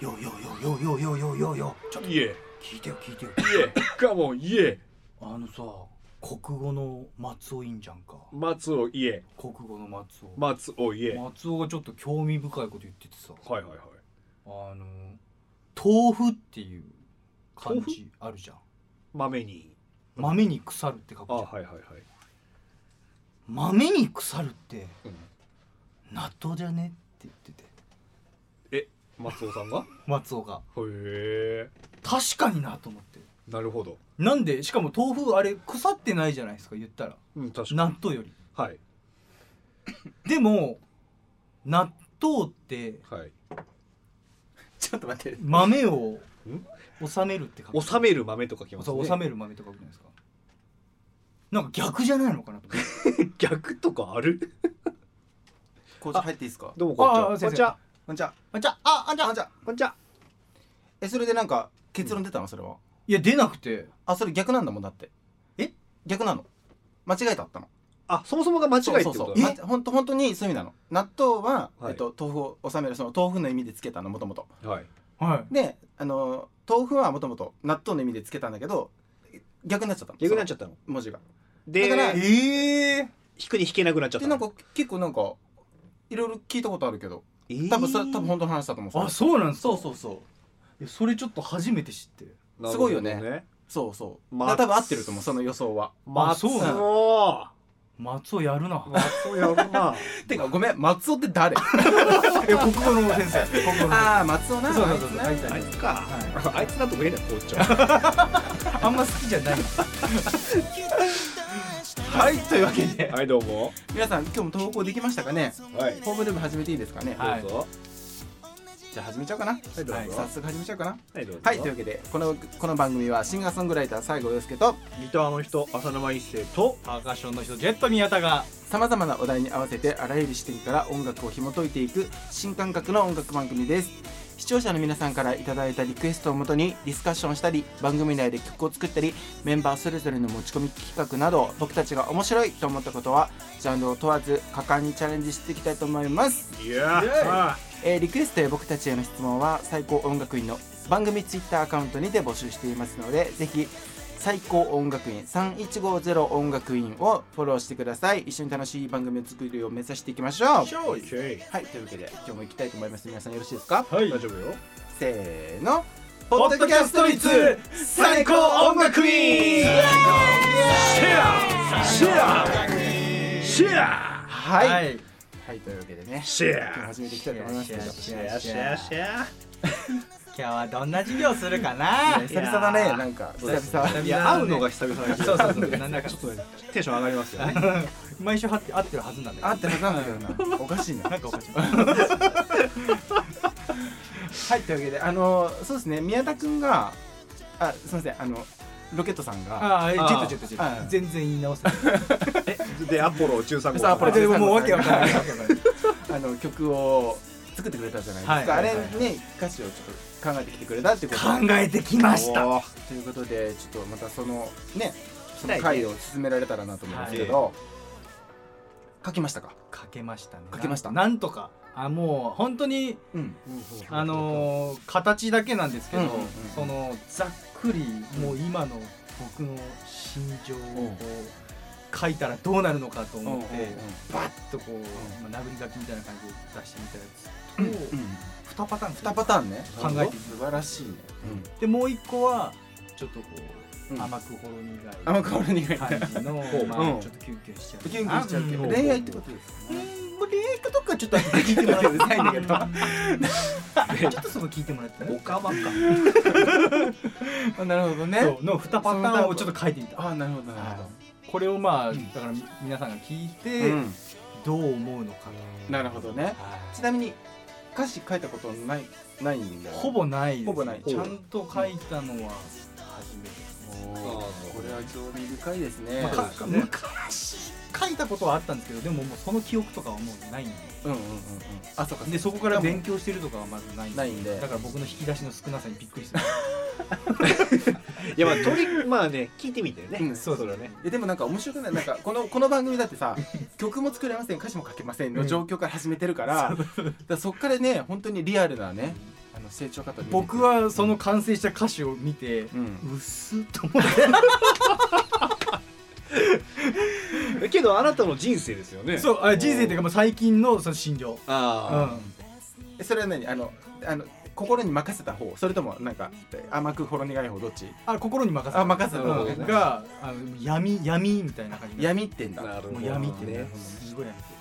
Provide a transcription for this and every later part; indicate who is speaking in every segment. Speaker 1: よよよよよよよよよちょっと
Speaker 2: いえ
Speaker 1: 聞いてよ聞いてよ
Speaker 2: いえ かもいえ
Speaker 1: あのさ国語の松尾いいんじゃんか
Speaker 2: 松尾いえ
Speaker 1: 国語の松尾、
Speaker 2: 松尾いえ
Speaker 1: 松尾がちょっと興味深いこと言っててさ
Speaker 2: はいはいはい
Speaker 1: あの豆腐っていう漢字あるじゃん
Speaker 2: 豆に
Speaker 1: 豆に腐るって書く
Speaker 2: あ
Speaker 1: じゃん、
Speaker 2: はいはいはい
Speaker 1: 豆に腐るって
Speaker 2: うん
Speaker 1: 納豆じゃねって言ってて
Speaker 2: 松尾さんがへ
Speaker 1: 松尾が
Speaker 2: え
Speaker 1: 確かになと思って
Speaker 2: なるほど
Speaker 1: なんでしかも豆腐あれ腐ってないじゃないですか言ったら
Speaker 2: うん確か
Speaker 1: 納豆より
Speaker 2: にはい
Speaker 1: でも納豆って
Speaker 2: はい
Speaker 3: ちょっと待って
Speaker 1: 豆を
Speaker 2: ん
Speaker 1: 収めるって書く
Speaker 2: 収める豆とかきます
Speaker 1: そう
Speaker 2: ね
Speaker 1: 収める豆とかじゃないですかなんか逆じゃないのかなと思って
Speaker 2: 逆とかある
Speaker 3: 紅茶入っていいですか
Speaker 2: どうも
Speaker 1: ああ
Speaker 2: こん
Speaker 1: 先生
Speaker 2: にちは
Speaker 3: こんにちは
Speaker 1: あじゃああじゃ
Speaker 3: あ
Speaker 1: あ
Speaker 3: じゃあ
Speaker 2: こんにちは
Speaker 3: えそれでなんか結論出たのそれはい
Speaker 1: や出なくて
Speaker 3: あそれ逆なんだもんだって
Speaker 1: え
Speaker 3: 逆なの間違えたったの
Speaker 2: あそもそもが間違いってこと
Speaker 3: そうそう
Speaker 2: だ
Speaker 3: そう
Speaker 2: ね
Speaker 3: まほんと本当にそういう意味なの納豆は、
Speaker 2: はい
Speaker 3: えっと、豆腐を収めるその豆腐の意味でつけたのもともと
Speaker 2: はい
Speaker 1: はい
Speaker 3: であの豆腐はもともと納豆の意味でつけたんだけど逆になっちゃったの
Speaker 2: 逆になっちゃ
Speaker 3: っ
Speaker 2: ったの
Speaker 3: た文字が
Speaker 2: で
Speaker 3: だから
Speaker 2: 引
Speaker 1: ええ
Speaker 2: くに引けなくなっちゃっ
Speaker 3: で
Speaker 2: た
Speaker 3: な
Speaker 2: の
Speaker 3: んか結構なんかいろいろ聞いたことあるけど
Speaker 2: えー
Speaker 3: 多分それ多分本当の話だと思う
Speaker 1: あそうなんですか
Speaker 3: そうそうそう
Speaker 1: いやそれちょっと初めて知って
Speaker 2: なるほど
Speaker 3: すごいよねそうそう
Speaker 2: ま
Speaker 3: だから多分合ってると思うその予想は
Speaker 2: 松
Speaker 1: そう
Speaker 3: な
Speaker 2: 尾
Speaker 1: 松尾やるな
Speaker 2: 松尾やる な
Speaker 3: てかごめん松尾って誰
Speaker 1: え国語の先生国語の先
Speaker 3: ああ松尾な
Speaker 1: そう
Speaker 3: あ
Speaker 1: そう
Speaker 3: いつ
Speaker 1: そう
Speaker 3: な
Speaker 1: あいつ
Speaker 2: あいつか
Speaker 1: は
Speaker 2: あいつだと上だ紅茶
Speaker 1: 生あんま好きじゃない
Speaker 3: はいというわけで
Speaker 2: はいどうも
Speaker 3: 皆さん今日も投稿できましたかね
Speaker 2: はい
Speaker 3: ホームルーム始めていいですかね
Speaker 1: はい
Speaker 2: どうぞ
Speaker 3: じゃあ始めちゃおうかな
Speaker 2: はいどうぞ
Speaker 3: はい早速始めちゃおうかな
Speaker 2: はいどうぞ
Speaker 3: はいというわけでこのこの番組はシンガーソングライター西郷陽介と
Speaker 2: ギターの人浅沼一世と
Speaker 1: パーカッションの人ジェット宮田が
Speaker 3: さまざまなお題に合わせてあらゆる視点から音楽を紐解いていく新感覚の音楽番組です視聴者の皆さんからいただいたリクエストをもとにディスカッションしたり番組内で曲を作ったりメンバーそれぞれの持ち込み企画など僕たちが面白いと思ったことはジャンルを問わず果敢にチャレンジしていきたいと思います、
Speaker 2: いや
Speaker 1: イエーイ
Speaker 2: ー
Speaker 3: えーリクエストや僕たちへの質問は最高音楽院の番組ツイッターアカウントにて募集していますのでぜひ最高音楽院3150音楽院をフォローしてください一緒に楽しい番組を作るよう目指していきましょう
Speaker 2: オッケー
Speaker 3: はい、というわけで今日も行きたいと思います。皆さんよろしいですか
Speaker 1: はい
Speaker 2: 大丈夫よ
Speaker 3: せーの。
Speaker 2: ポッドキャスト率
Speaker 3: 最高音楽院
Speaker 2: シェアシェアシェア
Speaker 3: はい、は、
Speaker 1: はいい
Speaker 3: というわけでね、
Speaker 2: シ
Speaker 3: 今日も
Speaker 2: ェア
Speaker 3: 始めていきたいと思いますけど。い
Speaker 1: シ
Speaker 3: や
Speaker 1: ェ
Speaker 2: シェアシェアシェア
Speaker 1: 今日はどんな授業するかな
Speaker 3: 久々だね、なんか
Speaker 2: そうです
Speaker 3: 久々。
Speaker 2: いや会うのが久々だけ
Speaker 1: そ
Speaker 2: ど
Speaker 1: うそうそうなんだか
Speaker 2: ちょっとねテンション上がりますよね
Speaker 1: 毎週会って会ってるはずなんだけど
Speaker 3: あってはずなんだけどな、おかしいな。
Speaker 1: なんかおか しいな
Speaker 3: はい、というわけで、あのー、そうですね、宮田くんが、あ、すみません、あの、ロケットさんが、
Speaker 1: ああ、え
Speaker 2: あー
Speaker 1: ちょっとちょっとちょっ
Speaker 3: あー
Speaker 1: と全然言い直せない
Speaker 2: でアポロ13号
Speaker 3: そうアポロ
Speaker 1: で
Speaker 3: 13
Speaker 1: ももうわけわからないわけわかんない
Speaker 3: あの曲を作ってくれたじゃないですか。
Speaker 1: はいはいはいはい
Speaker 3: あれね、歌詞をちょっと考えてきてくれたってこ と
Speaker 1: 考えてきました
Speaker 2: おー
Speaker 3: ということでちょっとまたそのねそ
Speaker 2: たい
Speaker 3: の
Speaker 2: ね
Speaker 3: 回を進められたらなと思うんですけど、書きましたか
Speaker 1: かけましたね
Speaker 3: かけました
Speaker 1: なんとかあもう本当に
Speaker 3: うん
Speaker 1: あのー形だけなんですけど、
Speaker 3: うんうんうん
Speaker 1: そのざっくりもう今の僕の心情をこう書いたらどうなるのかと思って、バッとこう、まあ、殴り書きみたいな感じで出してみたやつと、二2パターンですね
Speaker 3: 2パターンね
Speaker 1: 考えて
Speaker 3: 素晴らしいね、
Speaker 1: でもう1個はちょっとこう、
Speaker 3: うん
Speaker 1: 甘くほろ苦い
Speaker 3: 甘くほろ苦い
Speaker 1: 感じ の、
Speaker 2: う
Speaker 1: ま
Speaker 3: う
Speaker 1: あ、
Speaker 3: ん
Speaker 1: ちょっとキュンキュンしちゃう
Speaker 3: キュンキュンしちゃうけど
Speaker 1: あん
Speaker 3: 恋愛ってことですか
Speaker 1: うん
Speaker 3: ね
Speaker 1: もう恋愛とかちょっと聞いてもらってないんだけどちょっとそこ聞いてもらって
Speaker 2: おかまか
Speaker 3: あなるほどね
Speaker 1: そうの2パターンをちょっと書いてみた
Speaker 3: あなるほどなるほど、
Speaker 1: これをまあ
Speaker 3: うん
Speaker 1: だからみ皆さんが聞いて
Speaker 3: うん
Speaker 1: どう思うのか
Speaker 3: なるほどねちなみに歌詞書いたことないないんだよ
Speaker 1: ほぼないです
Speaker 3: ほぼない
Speaker 1: ちゃんと書いたのは初めて
Speaker 3: お
Speaker 2: あ
Speaker 3: ー
Speaker 2: ー
Speaker 3: これは興味深いですね、
Speaker 1: まあ
Speaker 2: そう
Speaker 1: か
Speaker 2: ですね
Speaker 1: 昔書いたことはあったんですけどでももうその記憶とかはもうないんで
Speaker 3: うんうんうんうんあそうか
Speaker 1: でそこから勉強してるとかはまずないんで
Speaker 3: ないんで
Speaker 1: だから僕の引き出しの少なさにびっくり してる
Speaker 2: いやまあとりまあね聞いてみてね、
Speaker 3: うん
Speaker 2: そうだね
Speaker 3: えでもなんか面白くないなんかこのこの番組だってさ曲も作れません歌詞も書けませんの状況から始めてるから,、だからそっからね本当にリアルなねあの成長方見れて
Speaker 1: 僕、はその完成した歌詞を見て、
Speaker 3: うん、
Speaker 1: うっすっと思っ
Speaker 2: えけどあなたの人生ですよね
Speaker 1: てそうあ人生っていうかもう最近のその心情
Speaker 2: あ
Speaker 3: えそれは何あのあの心に任せた方それともなんか甘くほろ苦い方どっち
Speaker 1: あ心に任せた
Speaker 3: あ任せ
Speaker 2: た
Speaker 1: うん
Speaker 2: うん
Speaker 1: があの闇闇みたいな感じ
Speaker 3: 闇ってん
Speaker 2: あ
Speaker 3: だ
Speaker 2: る
Speaker 1: もう闇ってね
Speaker 2: ね
Speaker 1: すごい闇って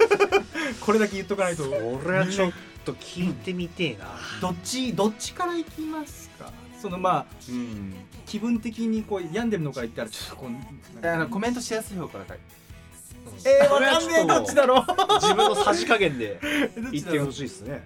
Speaker 1: これだけ言っとかないと
Speaker 2: 俺はちょっと聞いてみてえな
Speaker 1: どっちどっちからいきますかそのまあ
Speaker 3: うん
Speaker 1: 気分的にこう病んでるのから言ったらちょっとこう
Speaker 3: あのコメントしやすい方から書いて
Speaker 1: えー、わかんねえどっちだろう
Speaker 2: 自分のさじ加減で
Speaker 1: どっ
Speaker 2: 言
Speaker 1: ち
Speaker 2: っ
Speaker 1: だ
Speaker 2: て
Speaker 1: ろう
Speaker 2: ほしいですね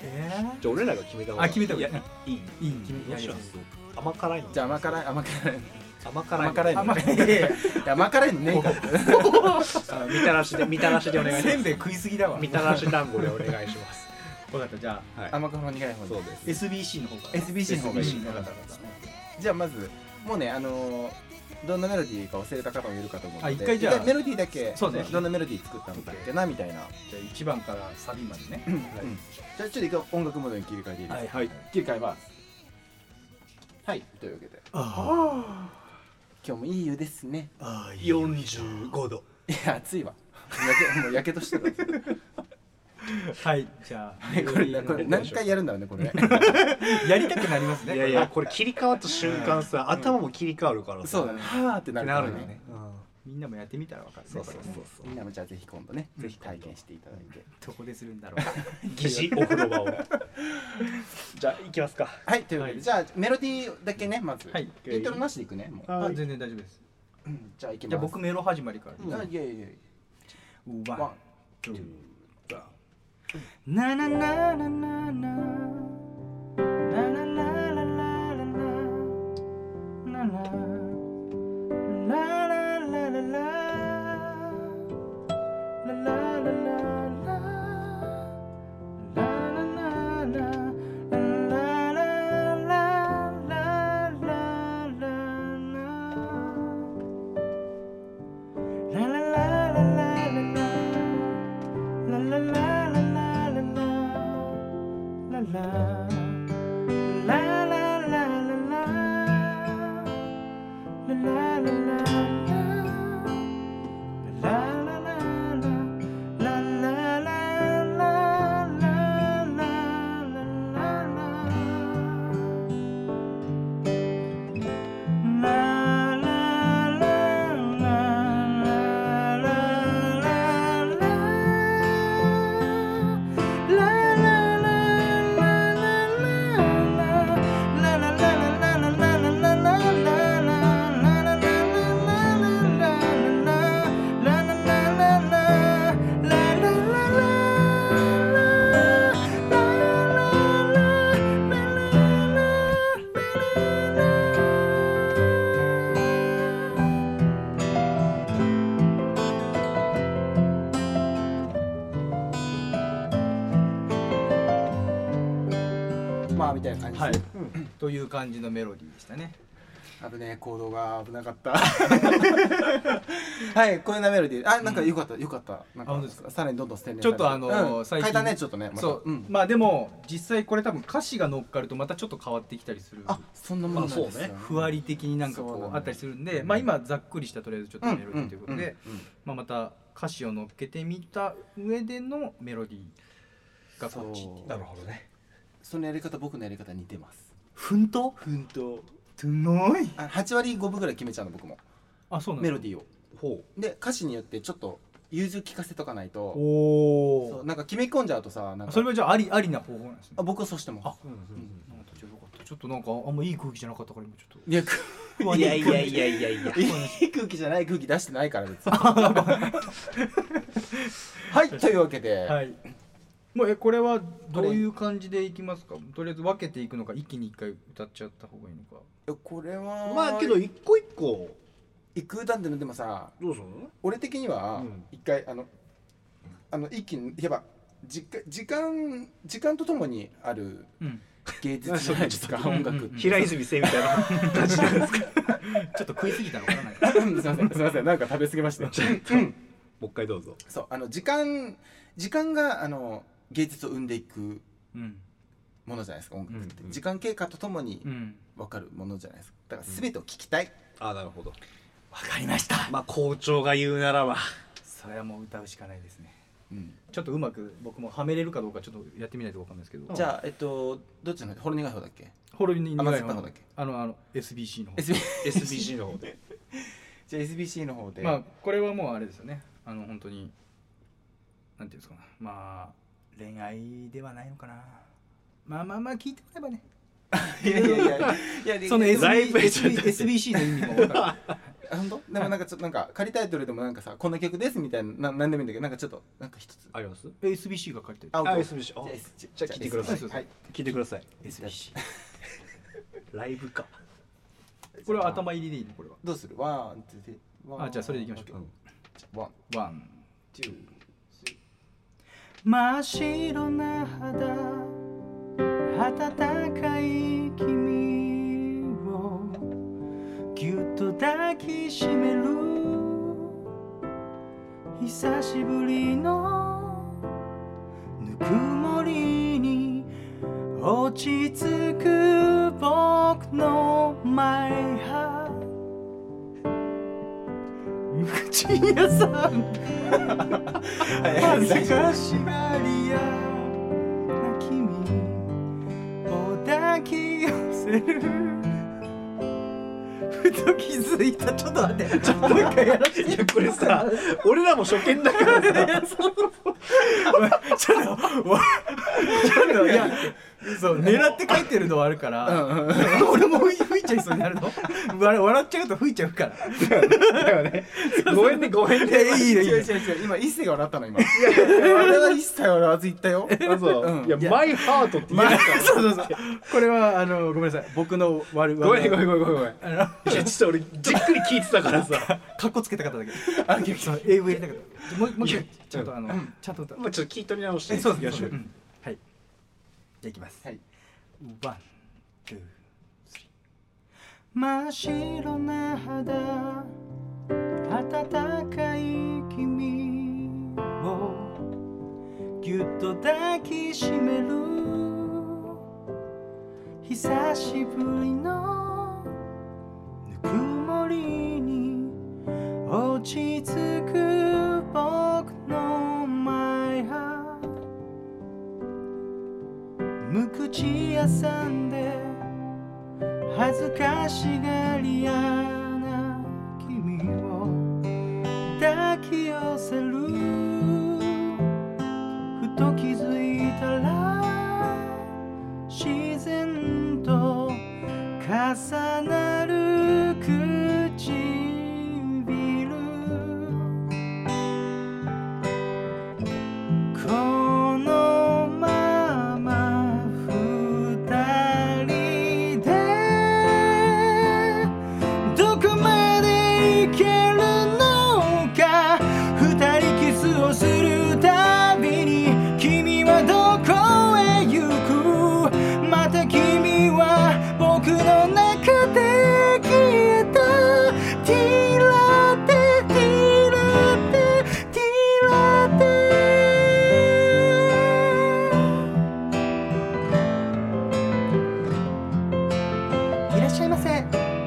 Speaker 1: え
Speaker 2: じゃあ俺らが決めた方が
Speaker 1: あ決めた方
Speaker 2: い
Speaker 1: が
Speaker 2: や
Speaker 1: いい
Speaker 2: いい
Speaker 1: ー、いい君
Speaker 2: どうしよう甘辛いの
Speaker 3: じゃあ甘辛い甘辛い
Speaker 2: 甘辛い
Speaker 3: 甘辛い
Speaker 1: あ
Speaker 3: の
Speaker 1: まあ
Speaker 3: ね
Speaker 1: いやいや
Speaker 3: いや甘辛いのねえから
Speaker 2: あみたらしでみたらしでお願いしま
Speaker 1: せ
Speaker 2: す
Speaker 1: んべい食いすぎだわ
Speaker 2: みたらし団子でお願いします
Speaker 1: 分かったじゃあ
Speaker 2: はい
Speaker 3: 甘くほろ苦い方
Speaker 2: そう
Speaker 3: に
Speaker 2: です
Speaker 1: SBC の方から
Speaker 3: SBC の方がいい
Speaker 1: SBC の方から
Speaker 3: じゃあまずもうねあのーどんなメロディーか忘れた方もいるかと思うので
Speaker 1: あ一回じゃあ
Speaker 3: メロディーだけ
Speaker 1: そうね
Speaker 3: どんなメロディー作ったのだっけなみたいな
Speaker 1: じゃあ1番からサビまでね
Speaker 2: はい
Speaker 3: うんじゃあちょっと一回音楽モードに切り替えていいですか、
Speaker 1: はい
Speaker 2: はい
Speaker 3: 切り替えますはいというわけで
Speaker 1: あ
Speaker 3: 今日もいい湯ですね
Speaker 1: あい
Speaker 2: 45度
Speaker 3: いや暑いわやけもうやけとしてた
Speaker 1: はいじゃあ
Speaker 3: これこれ何回やるんだろうねこれね
Speaker 1: やりたくなります
Speaker 2: い
Speaker 1: ね
Speaker 2: やいやこれ切り替わった瞬間さ、頭も切り替わるからさ
Speaker 3: そうだねはあってなるから
Speaker 2: なるよね、
Speaker 1: みんなもやってみたら分かるね
Speaker 2: そうそう
Speaker 1: これね
Speaker 2: そうそう
Speaker 3: みんなもじゃあぜひ今度ね
Speaker 1: ぜ
Speaker 3: ぜ
Speaker 1: ひ
Speaker 3: ひ
Speaker 1: 今度
Speaker 3: 体験していただいて
Speaker 1: どこでするんだろう
Speaker 2: 疑似お風呂場を じゃあ行きますか
Speaker 3: はいというわけで、
Speaker 1: はい
Speaker 3: じゃあメロディーだけねまず、
Speaker 1: はい
Speaker 3: イントロなしでいくねもう、
Speaker 1: あ全然大丈夫です
Speaker 3: うんじゃあいきます
Speaker 1: じゃあ僕メロ始まりから
Speaker 3: うんあいやいやいや
Speaker 1: ワ
Speaker 3: ワン
Speaker 1: ンツーななななななななななななななななな
Speaker 3: まあみたいな感
Speaker 1: は
Speaker 3: じです
Speaker 1: い
Speaker 3: ね、
Speaker 1: という感じのメロディーでしたね
Speaker 3: 危ねえ行動が危なかった はいこういうなメロディーあなんかよかった、よかったなん
Speaker 1: あ本
Speaker 3: か
Speaker 1: 当ですか
Speaker 3: さらにどんどんステンレス
Speaker 1: ちょっとあのー
Speaker 3: うん
Speaker 1: 最近
Speaker 3: 変えたねちょっとねまた
Speaker 1: そう、
Speaker 3: ん
Speaker 1: まあでも実際これ多分歌詞が乗っかるとまたちょっと変わってきたりする
Speaker 3: あそんなもんなんですよ、
Speaker 2: あそうね
Speaker 1: ふわり的になんか
Speaker 3: そうな
Speaker 1: こ
Speaker 3: ん
Speaker 1: う
Speaker 3: だ
Speaker 1: あったりするんでまあ今ざっくりしたとりあえずちょっと
Speaker 3: うん
Speaker 1: メロディーということで、
Speaker 3: うんうん
Speaker 1: まあ、また歌詞を乗っけてみた上でのメロディーがこっちってい
Speaker 3: そうう
Speaker 2: なるほどね
Speaker 3: そのやり方僕のやり方似てます
Speaker 1: 奮闘
Speaker 3: 奮闘
Speaker 1: トゥノイ
Speaker 3: あ8割5分ぐらい決めちゃうの僕も
Speaker 1: あそうなん
Speaker 3: メロ
Speaker 1: デ
Speaker 3: ディーを
Speaker 2: ほ
Speaker 3: で歌詞によってちょっと融通聞かせとかない
Speaker 1: ィ
Speaker 3: と
Speaker 1: お
Speaker 3: そう
Speaker 1: お
Speaker 3: なんか決め込んじゃうとさなん
Speaker 1: そ
Speaker 3: か
Speaker 1: れはじゃあありありな方法なんですね
Speaker 3: あ僕はそうしても
Speaker 1: あ
Speaker 2: う、うんうん
Speaker 1: なんかちょっとよかったちょっとなんかあんまいい空気じゃなかったから今ちょっ
Speaker 3: いや
Speaker 1: と
Speaker 2: いやいやいやいやいや
Speaker 3: いい空気じゃない空気出してないから別に はいというわけで、
Speaker 1: はいもうえこれはどういう感じでいきますかとりあえず分けていくのか一気に一回歌っちゃった方がいいのか
Speaker 3: これは
Speaker 2: まあけど一個一個
Speaker 3: いくだってでもさ
Speaker 2: どうするの
Speaker 3: 俺的には
Speaker 2: うん
Speaker 3: 一回、あのあの一気にやっぱ時間時間時間とともにある
Speaker 1: うん
Speaker 3: 芸術じゃない ですか
Speaker 1: そう
Speaker 3: 音楽
Speaker 1: うん
Speaker 2: 平泉聖みたい な感じなんですかも
Speaker 1: ちょっと食いすぎたのかな
Speaker 3: すみませんすみませんなんか食べ過ぎました、うん、
Speaker 2: う一回どうぞ
Speaker 3: そうあの時間時間があの芸術を生んでいく
Speaker 1: うん
Speaker 3: ものじゃないですか音楽って、
Speaker 2: うんうん
Speaker 3: 時間経過とともに
Speaker 1: うん
Speaker 3: 分かるものじゃないですかだから全てを聞きたい、
Speaker 2: あなるほど
Speaker 1: わかりました
Speaker 2: まあ校長が言うならば
Speaker 1: それはもう歌うしかないですね
Speaker 3: うん
Speaker 1: ちょっとうまく僕もはめれるかどうかちょっとやってみないとわかんないですけど
Speaker 3: じゃあえっとどっちのほろ苦い方だっけ
Speaker 1: あホロリン
Speaker 3: あ
Speaker 1: の
Speaker 3: まず言った方だっけ
Speaker 1: あのあの SBC の方
Speaker 3: SB
Speaker 2: SBC の方で
Speaker 3: じゃあ SBC の方で、
Speaker 1: まあこれはもうあれですよねあの本当になんていうんですかねまあ恋愛ではないのかなまあまあまあ聞いてもらえばね
Speaker 3: いやいやいやいやで
Speaker 1: その SB
Speaker 2: だいぶちょっと
Speaker 1: SBC の意味も分か
Speaker 3: あ本当でもなんかちょっとなんか仮タイトルでもなんかさこんな曲ですみたいなななんでもいいんだけどなんかちょっとなんか一つ
Speaker 2: あります
Speaker 1: る SBC が書いて
Speaker 3: あ
Speaker 1: あ
Speaker 2: あ SBC あ
Speaker 3: じゃあ
Speaker 2: じゃあ聞いてください
Speaker 3: SBC はい
Speaker 2: 聞いてください
Speaker 1: SBC
Speaker 2: ライブか
Speaker 1: これは頭入りでいいのこれは
Speaker 3: どうするワンツースリーワン
Speaker 1: あじゃあそれでいきましょう
Speaker 2: うん
Speaker 3: ワン
Speaker 1: ワン
Speaker 3: ツースリー
Speaker 1: 真っ白な肌暖かい君をぎゅっと抱きしめる久しぶりのぬくもりに落ち着く僕のマイハ無口屋さん恥ずかしがりやな君を抱き寄せるふと気づいたちょっと待ってちょっともう一回やらせて
Speaker 2: いやこれさ俺らも初見だからさ
Speaker 1: いやそうちょっとわちょっといやそう狙って書いてるのはあるから、俺も吹いちゃいそうになるの笑笑っちゃうと吹いちゃうから
Speaker 2: ごめんねごめんね
Speaker 1: いいねいい
Speaker 3: 違う
Speaker 1: ね
Speaker 3: 違う違う今一世が笑ったの今俺は一世笑わず言ったよ
Speaker 2: あそう
Speaker 3: うん
Speaker 2: いやマイハートって言えるから
Speaker 1: そうそうそうこれはあのごめんなさい僕の悪
Speaker 2: ごめんご
Speaker 1: ん
Speaker 2: めんごめんごめんごめん
Speaker 1: あの
Speaker 2: いやちょっと俺じっくり聞いてたからさ
Speaker 1: かっこつけたかっただけ。あ、逆にその英語入れたかった。もうもう一回
Speaker 2: いや
Speaker 1: ちゃんとあのちゃんと歌う。
Speaker 2: まあちょっと聞い取り直して
Speaker 1: え
Speaker 2: いき
Speaker 1: そ
Speaker 2: ま
Speaker 1: うです
Speaker 2: し
Speaker 1: そう
Speaker 2: ょ
Speaker 1: ですう
Speaker 2: うん
Speaker 1: はい。じゃあいきます。
Speaker 3: はい
Speaker 1: ワン、ツー、スリー。真っ白な肌暖かい君をぎゅっと抱きしめる久しぶりのぬくもりに落ち着く僕のマイハー無口屋さんで恥ずかしがり屋な君を抱き寄せるふと気づいたら自然と重なる唇このまま二人でどこまで行けるのか二人キスをするたびに君はどこへ行くまた君は僕の中で消えたティーラテティーラテティーラテいらっしゃいませ。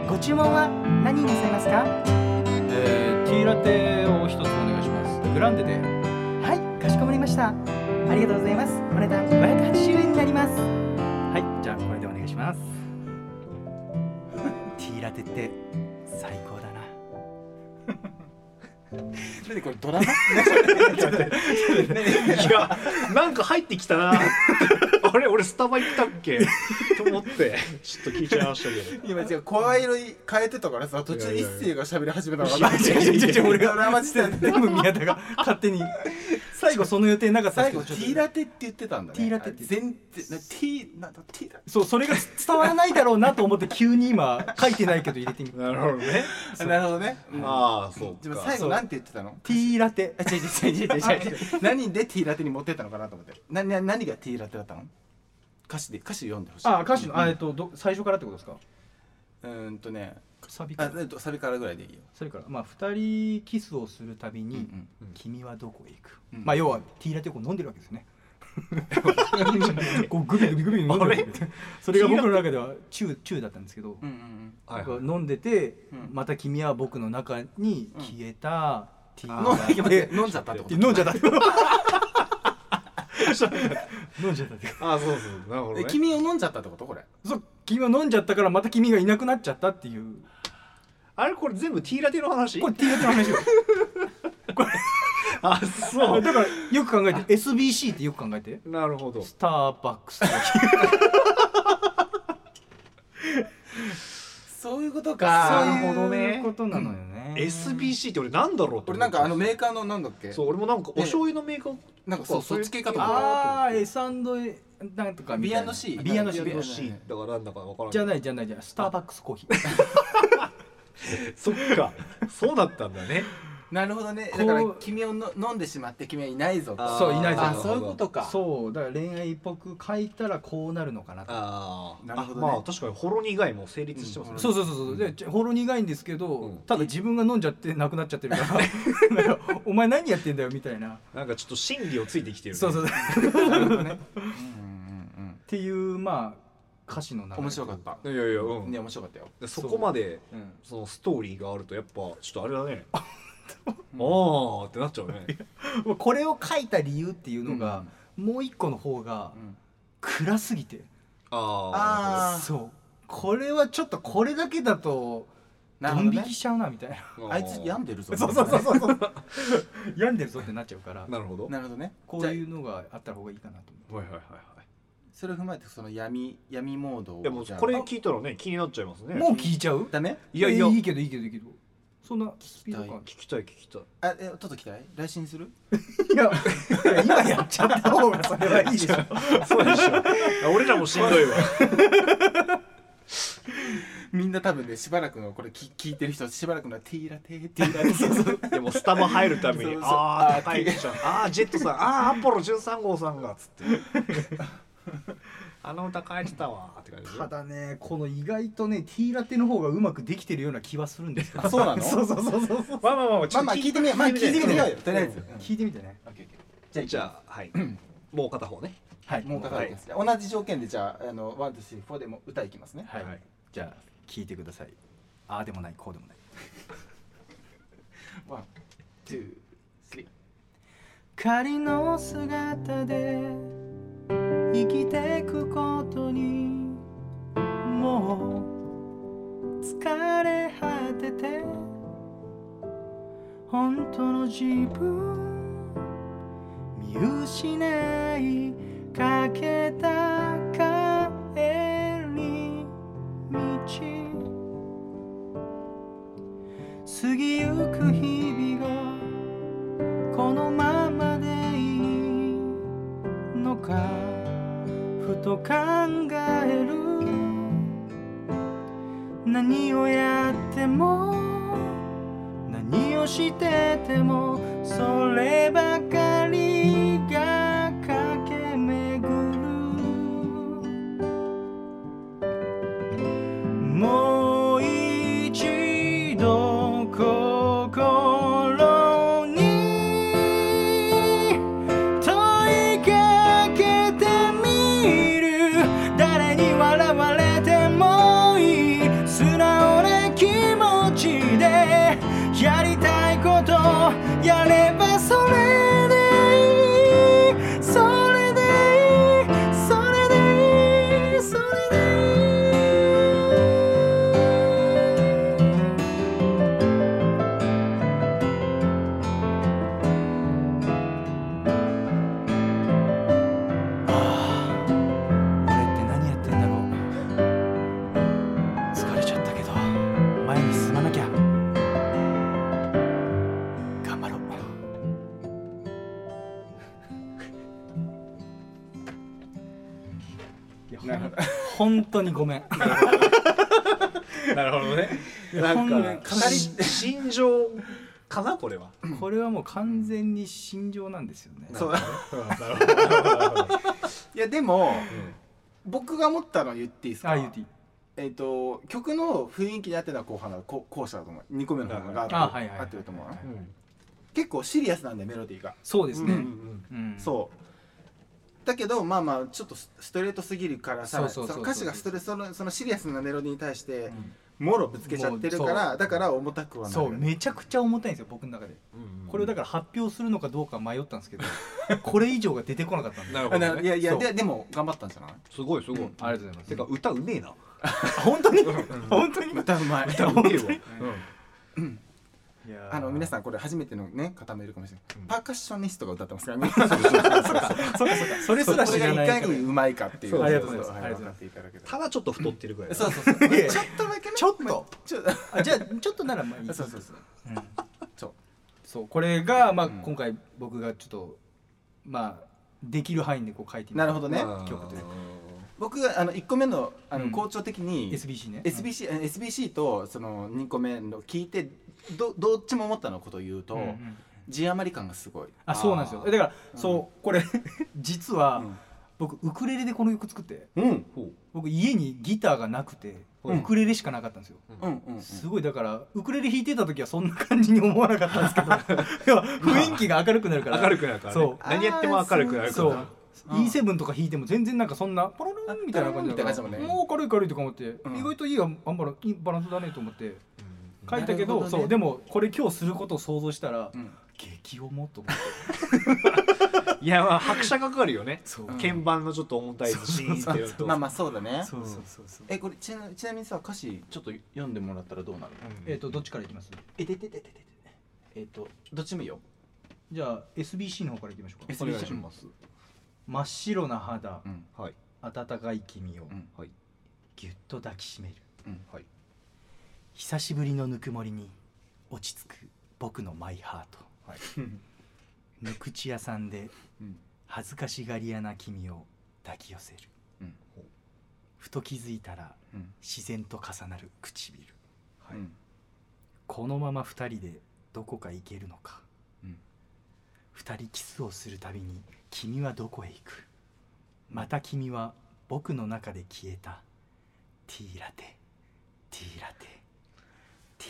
Speaker 1: ご注文は何になさいますか。えー、ティーラテを一つお願いします。グランデで。はい、かしこまりました。ありがとうございます。お値段580円になります。はい、じゃあこれでお願いします。 ティーラテって最高だな。
Speaker 3: 何これドラマ
Speaker 2: いやなんか入ってきたな あれ俺スタバ行ったっけと思ってちょっと聞いちゃいましたけど
Speaker 3: 今違う声色変えてたからさ途中で一世が喋り始めたのかな
Speaker 1: 違う違う違う違う俺が
Speaker 3: ドラマ時代で
Speaker 1: 全部宮田が勝手に最後その予定なかったん
Speaker 3: 最
Speaker 1: で
Speaker 3: 後
Speaker 1: すけ
Speaker 3: テ
Speaker 1: どちょ
Speaker 3: ィ
Speaker 1: っと
Speaker 3: ーラテって言ってたんだね
Speaker 1: ティーラテって
Speaker 3: あ全然なティーなんだティーラ
Speaker 1: そうそれが伝わらないだろうなと思って急に今書いてないけど入れてみた
Speaker 2: なるほどね
Speaker 3: テなるほどね
Speaker 2: まあそう
Speaker 3: でも
Speaker 2: か
Speaker 3: 最後なんて言ってたの
Speaker 1: ティーラテ
Speaker 3: あ違う違う違う違う違う違う何でティーラテに持ってったのかなと思ってなな何がティーラテだったの歌詞で歌詞読んでほしい
Speaker 1: あ歌詞のあえっとど最初からってことですか
Speaker 3: うーんとね
Speaker 1: サビか
Speaker 3: あ
Speaker 1: ら
Speaker 3: えっとサビからぐらいでいいよ
Speaker 1: それからまあ2人キスをするたびに
Speaker 3: うん
Speaker 1: 「君はどこへ行く」
Speaker 3: うん
Speaker 1: まあ要はティーラテをこう飲んでるわけですね こうグビグビグビ飲んで
Speaker 2: あれ
Speaker 1: るそれが僕の中ではチューチューだったんですけど、
Speaker 3: うんうん
Speaker 2: はい
Speaker 1: なんか飲んでて、
Speaker 3: うん
Speaker 1: また君は僕の中に消えたティ
Speaker 3: う
Speaker 1: ー
Speaker 3: ん
Speaker 1: があ
Speaker 3: 飲ん
Speaker 1: って
Speaker 3: だ 待って飲んじゃった
Speaker 1: 飲んじゃった
Speaker 3: ってこと
Speaker 1: 飲んじゃったって
Speaker 2: あそうそうなるほど
Speaker 3: え
Speaker 2: ね
Speaker 3: 君を飲んじゃったってことこれ
Speaker 1: そう君は飲んじゃったからまた君がいなくなっちゃったっていう
Speaker 2: あれこれ全部ティーラテの話
Speaker 1: これティーラテの 話よ
Speaker 2: あそ
Speaker 1: だからよく考えて SBC ってよく考えて
Speaker 2: うなるほど
Speaker 1: スターバックス
Speaker 3: そういうこと
Speaker 1: そう
Speaker 2: なるほ
Speaker 3: か
Speaker 2: どね
Speaker 1: いうことなのよね
Speaker 2: SBC って俺なんだろうって思った
Speaker 3: 俺なんかあのメーカーのなんだっけ
Speaker 2: そう俺もなんかお醤油のメーカー
Speaker 3: なんかそう
Speaker 2: そうい
Speaker 3: そ
Speaker 2: う
Speaker 3: っち系かと思った
Speaker 1: ああ S&A なんとかみたいな
Speaker 3: B&C
Speaker 1: B&C
Speaker 3: ビアの
Speaker 2: C だからなんだかわからん
Speaker 1: じゃないじゃないじゃないスターバックスコーヒー
Speaker 2: そっかそうだったんだね
Speaker 3: なるほどね
Speaker 1: こう
Speaker 3: だから君をの飲んでしまって君はいないぞと
Speaker 2: あー
Speaker 1: そういないぞ
Speaker 3: あそういうことか
Speaker 1: そうだから恋愛っぽく書いたらこうなるのかなと
Speaker 2: あー
Speaker 3: なるほどね
Speaker 2: あまあ確かにほろ苦いも成立してますね、
Speaker 1: そうそうそうそう、でちょほろ苦いんですけど、
Speaker 2: うん
Speaker 1: ただ自分が飲んじゃってなくなっちゃってるからなんかお前何やってんだよみたいな
Speaker 2: なんかちょっと心理をついてきてる、ね、
Speaker 1: そうそうっ
Speaker 3: なるほどねうんうん
Speaker 1: ていうまあ歌詞の流
Speaker 3: う
Speaker 1: れ
Speaker 3: ん面白かった
Speaker 2: いやいや、うん
Speaker 3: ね面白かったよ
Speaker 2: でそこまで
Speaker 1: うん
Speaker 2: そのストーリーがあるとやっぱちょっとあれだねああってなっちゃうね
Speaker 1: まあこれを書いた理由っていうのが、もう一個の方が
Speaker 3: うん
Speaker 1: 暗すぎて、
Speaker 2: あ
Speaker 3: あー
Speaker 1: そうこれはちょっとこれだけだと
Speaker 3: なる
Speaker 1: ド
Speaker 3: ほ
Speaker 1: ン
Speaker 3: ど
Speaker 1: 引
Speaker 3: ね
Speaker 1: きしちゃうなみたいな
Speaker 2: ー
Speaker 3: あいつ病んでるぞ
Speaker 1: そうそうそうそう病んでるぞってなっちゃうから
Speaker 2: なるほど
Speaker 3: なるほどね
Speaker 1: こういうのがあった方がいいかなと思
Speaker 2: はいはいはいは
Speaker 3: それを踏まえてその闇闇モードを
Speaker 2: いいやもう
Speaker 3: じゃあ
Speaker 2: これ
Speaker 3: あ
Speaker 2: 聞いたらね気になっちゃいますね
Speaker 1: うもう聞いちゃう
Speaker 3: ダメ
Speaker 2: いやいや
Speaker 1: いいけどいいけどいいけどそんなスピード感
Speaker 2: 聞きたい聞きたい
Speaker 3: あえちょっと期待来信する
Speaker 1: いやいや今やっちゃった方がそれはいいでしょ
Speaker 2: そうでしょ俺らもしんどいわ
Speaker 3: みんな多分ねしばらくのこれ聞聞いてる人しばらくのティーラテーティーラテ
Speaker 2: でもスタバ入るために
Speaker 3: そうそう
Speaker 2: あ
Speaker 3: あー
Speaker 2: あ高いじゃんああジェットさんああアポロ13号さんがつってあの歌変えてたわーって感じでしょ
Speaker 1: ただねこの意外とねティーラテの方がうまくできてるような気はするんですよ
Speaker 3: あそうな の
Speaker 1: そうそうそうそうそう
Speaker 2: まあまあまあち
Speaker 3: ま
Speaker 2: ょっと
Speaker 3: あまあ聞いてみようまあ聞いてみようよとりあえず
Speaker 2: うん
Speaker 1: 聞いてみてね
Speaker 3: じゃあ
Speaker 2: じゃあはいもう片方ね
Speaker 1: はい
Speaker 3: もう
Speaker 1: は
Speaker 3: 高いです、じゃあ同じ条件でじゃああのワンツースリーフォーでも歌いきますね
Speaker 1: い、じゃあ聞いてくださいああでもないこうでもない
Speaker 3: ワンツースリー
Speaker 1: 仮の姿で生きてくことにもう疲れ果てて本当の自分見失いかけた帰り道過ぎゆく日々がこのままでいいのかふと考える何をやっても何をしててもそればかりが駆け巡るもう一度心に問いかけてみる誰に笑われてもいい素直な気持ちでやりたいことやればそれでいいそれでいいそれでいいそれでいいああ俺って何やってんだろう疲れちゃったけど前に進まなきゃ頑張ろういやほん
Speaker 3: なるほど
Speaker 1: 本当にごめん
Speaker 2: なるほどね
Speaker 1: や
Speaker 2: なん
Speaker 1: ほんのね
Speaker 2: か
Speaker 1: 語り
Speaker 2: し心情かなこれ は
Speaker 1: これはもう完全に心情なんですよね
Speaker 3: そう
Speaker 2: なるほどなるほど
Speaker 3: いやでも僕が思ったの言っていいですか
Speaker 1: あ言うていい
Speaker 3: えっと曲の雰囲気に合ってるのは後半だこ後者だと思う二個目の方が
Speaker 1: あはいはい
Speaker 3: 合ってると思うな
Speaker 1: はい
Speaker 2: うん
Speaker 3: 結構シリアスなんでメロディーが
Speaker 1: そうです
Speaker 2: うんう
Speaker 1: ね、
Speaker 2: ん
Speaker 1: うん
Speaker 3: そだけどまあまあちょっとスストレートすぎるからさ
Speaker 1: そうそうそうそう
Speaker 3: その歌詞がストレートそのそのシリアスなメロディーに対して
Speaker 1: ん
Speaker 3: もろぶつけちゃってるか
Speaker 1: もうそ
Speaker 3: ら
Speaker 1: う
Speaker 3: だから重たくはな
Speaker 1: そう
Speaker 3: る
Speaker 1: めちゃくちゃ重たいんですよ僕の中で
Speaker 2: うん
Speaker 1: これをだから発表するのかどうか迷ったんですけどこれ以上が出てこなかったんで
Speaker 2: なる
Speaker 1: あ
Speaker 2: ほ
Speaker 3: あ
Speaker 2: ど、
Speaker 3: な
Speaker 2: ね、
Speaker 3: いやいや
Speaker 1: そう
Speaker 3: ででも頑張ったんじゃない
Speaker 2: すごいすごい、
Speaker 3: うん
Speaker 1: りがとうございま
Speaker 2: てか歌うめえな
Speaker 1: 本当に本当に
Speaker 3: 歌うまい
Speaker 2: 歌うめえわ、
Speaker 1: いやー
Speaker 3: あの皆さんこれ初めてのね方もいるかもしれない、
Speaker 2: うん
Speaker 3: パーカッショニストが歌ってますからね
Speaker 1: そっかそっかそれすら
Speaker 3: こ
Speaker 1: 知
Speaker 3: れが
Speaker 1: ら
Speaker 3: い
Speaker 1: ない
Speaker 3: か
Speaker 1: から
Speaker 3: にうまいかっていう
Speaker 1: そうありがとうございます
Speaker 3: は
Speaker 1: ありがとうございます
Speaker 3: 分かっていただけたら
Speaker 2: ただちょっと太ってるぐらいだ
Speaker 3: そうそうそう
Speaker 1: いやいや
Speaker 3: ちょっとだけね
Speaker 1: ちょっと
Speaker 3: ちょっ
Speaker 1: あじゃあちょっとならまあいい
Speaker 3: とそうそうそう
Speaker 1: うん
Speaker 3: そう
Speaker 1: そうこれがまあ
Speaker 3: うん
Speaker 1: 今回僕がちょっとまあできる範囲でこう書いてみた
Speaker 3: なるほどね
Speaker 2: まあ
Speaker 1: 曲というか
Speaker 3: 僕があの1個目のあの、
Speaker 1: うん
Speaker 3: 校長的に
Speaker 1: SBC ね
Speaker 3: SBC, え SBC とその2個目の聞いてどどっちも思ったのことを言うと、
Speaker 1: うんうんうん
Speaker 3: 字余り感がすごい、
Speaker 1: あそうなんですよだからそうこれ 実は僕ウクレレでこの曲作って
Speaker 3: うん、うん
Speaker 2: ほう
Speaker 1: 僕家にギターがなくて
Speaker 2: うん
Speaker 1: ウクレレしかなかったんですよ
Speaker 3: うんうん
Speaker 1: すごいだからウクレレ弾いてた時はそんな感じに思わなかったん ですけどいや雰囲気が明るくなるから
Speaker 2: 明るくなるから、ね
Speaker 1: そう、
Speaker 2: 何やっても明るくなるか
Speaker 1: そう
Speaker 2: ら
Speaker 3: うん
Speaker 1: E7 とか弾いても全然なんかそんなポロロンみたいな感じだか
Speaker 3: あポロロンみたいな感
Speaker 1: ら
Speaker 3: じだもんね
Speaker 1: もう軽い軽いとか思って
Speaker 3: うん
Speaker 1: 意外といいあんばらいいバランスだねと思って
Speaker 2: うん
Speaker 1: 書いたけど
Speaker 3: なるほどね
Speaker 1: そうでもこれ今日することを想像したら
Speaker 3: うん
Speaker 1: 激重と思って
Speaker 2: いやまあ拍車がかかるよね
Speaker 1: そう
Speaker 3: うん
Speaker 2: 鍵盤のちょっと重たいシーンってやると
Speaker 3: まあまあそうだね
Speaker 1: そうそうそうそう
Speaker 3: えこれちなちなみにさ歌詞ちょっと読んでもらったらどうなる
Speaker 1: えっとどっちからいきます
Speaker 3: えででででででえっ、とどっちもいいよ、
Speaker 1: じゃあ SBC の方からいきましょうか
Speaker 2: お願いします
Speaker 1: 真っ白な肌
Speaker 3: うん
Speaker 2: はい
Speaker 1: 温かい君を
Speaker 3: うん
Speaker 2: はい
Speaker 1: ぎゅっと抱きしめる
Speaker 3: うん、
Speaker 2: はい
Speaker 1: 久しぶりのぬくもりに落ち着く僕のマイハート
Speaker 2: はい
Speaker 1: 無口屋さんで
Speaker 3: うん
Speaker 1: 恥ずかしがり屋な君を抱き寄せる
Speaker 3: うん
Speaker 1: ふと気づいたら
Speaker 3: うん
Speaker 1: 自然と重なる唇
Speaker 3: はいうん
Speaker 1: このまま二人でどこか行けるのか
Speaker 3: うん
Speaker 1: 二人キスをするたびに君はどこへ行くまた君は僕の中で消えたティーラテティーラテテ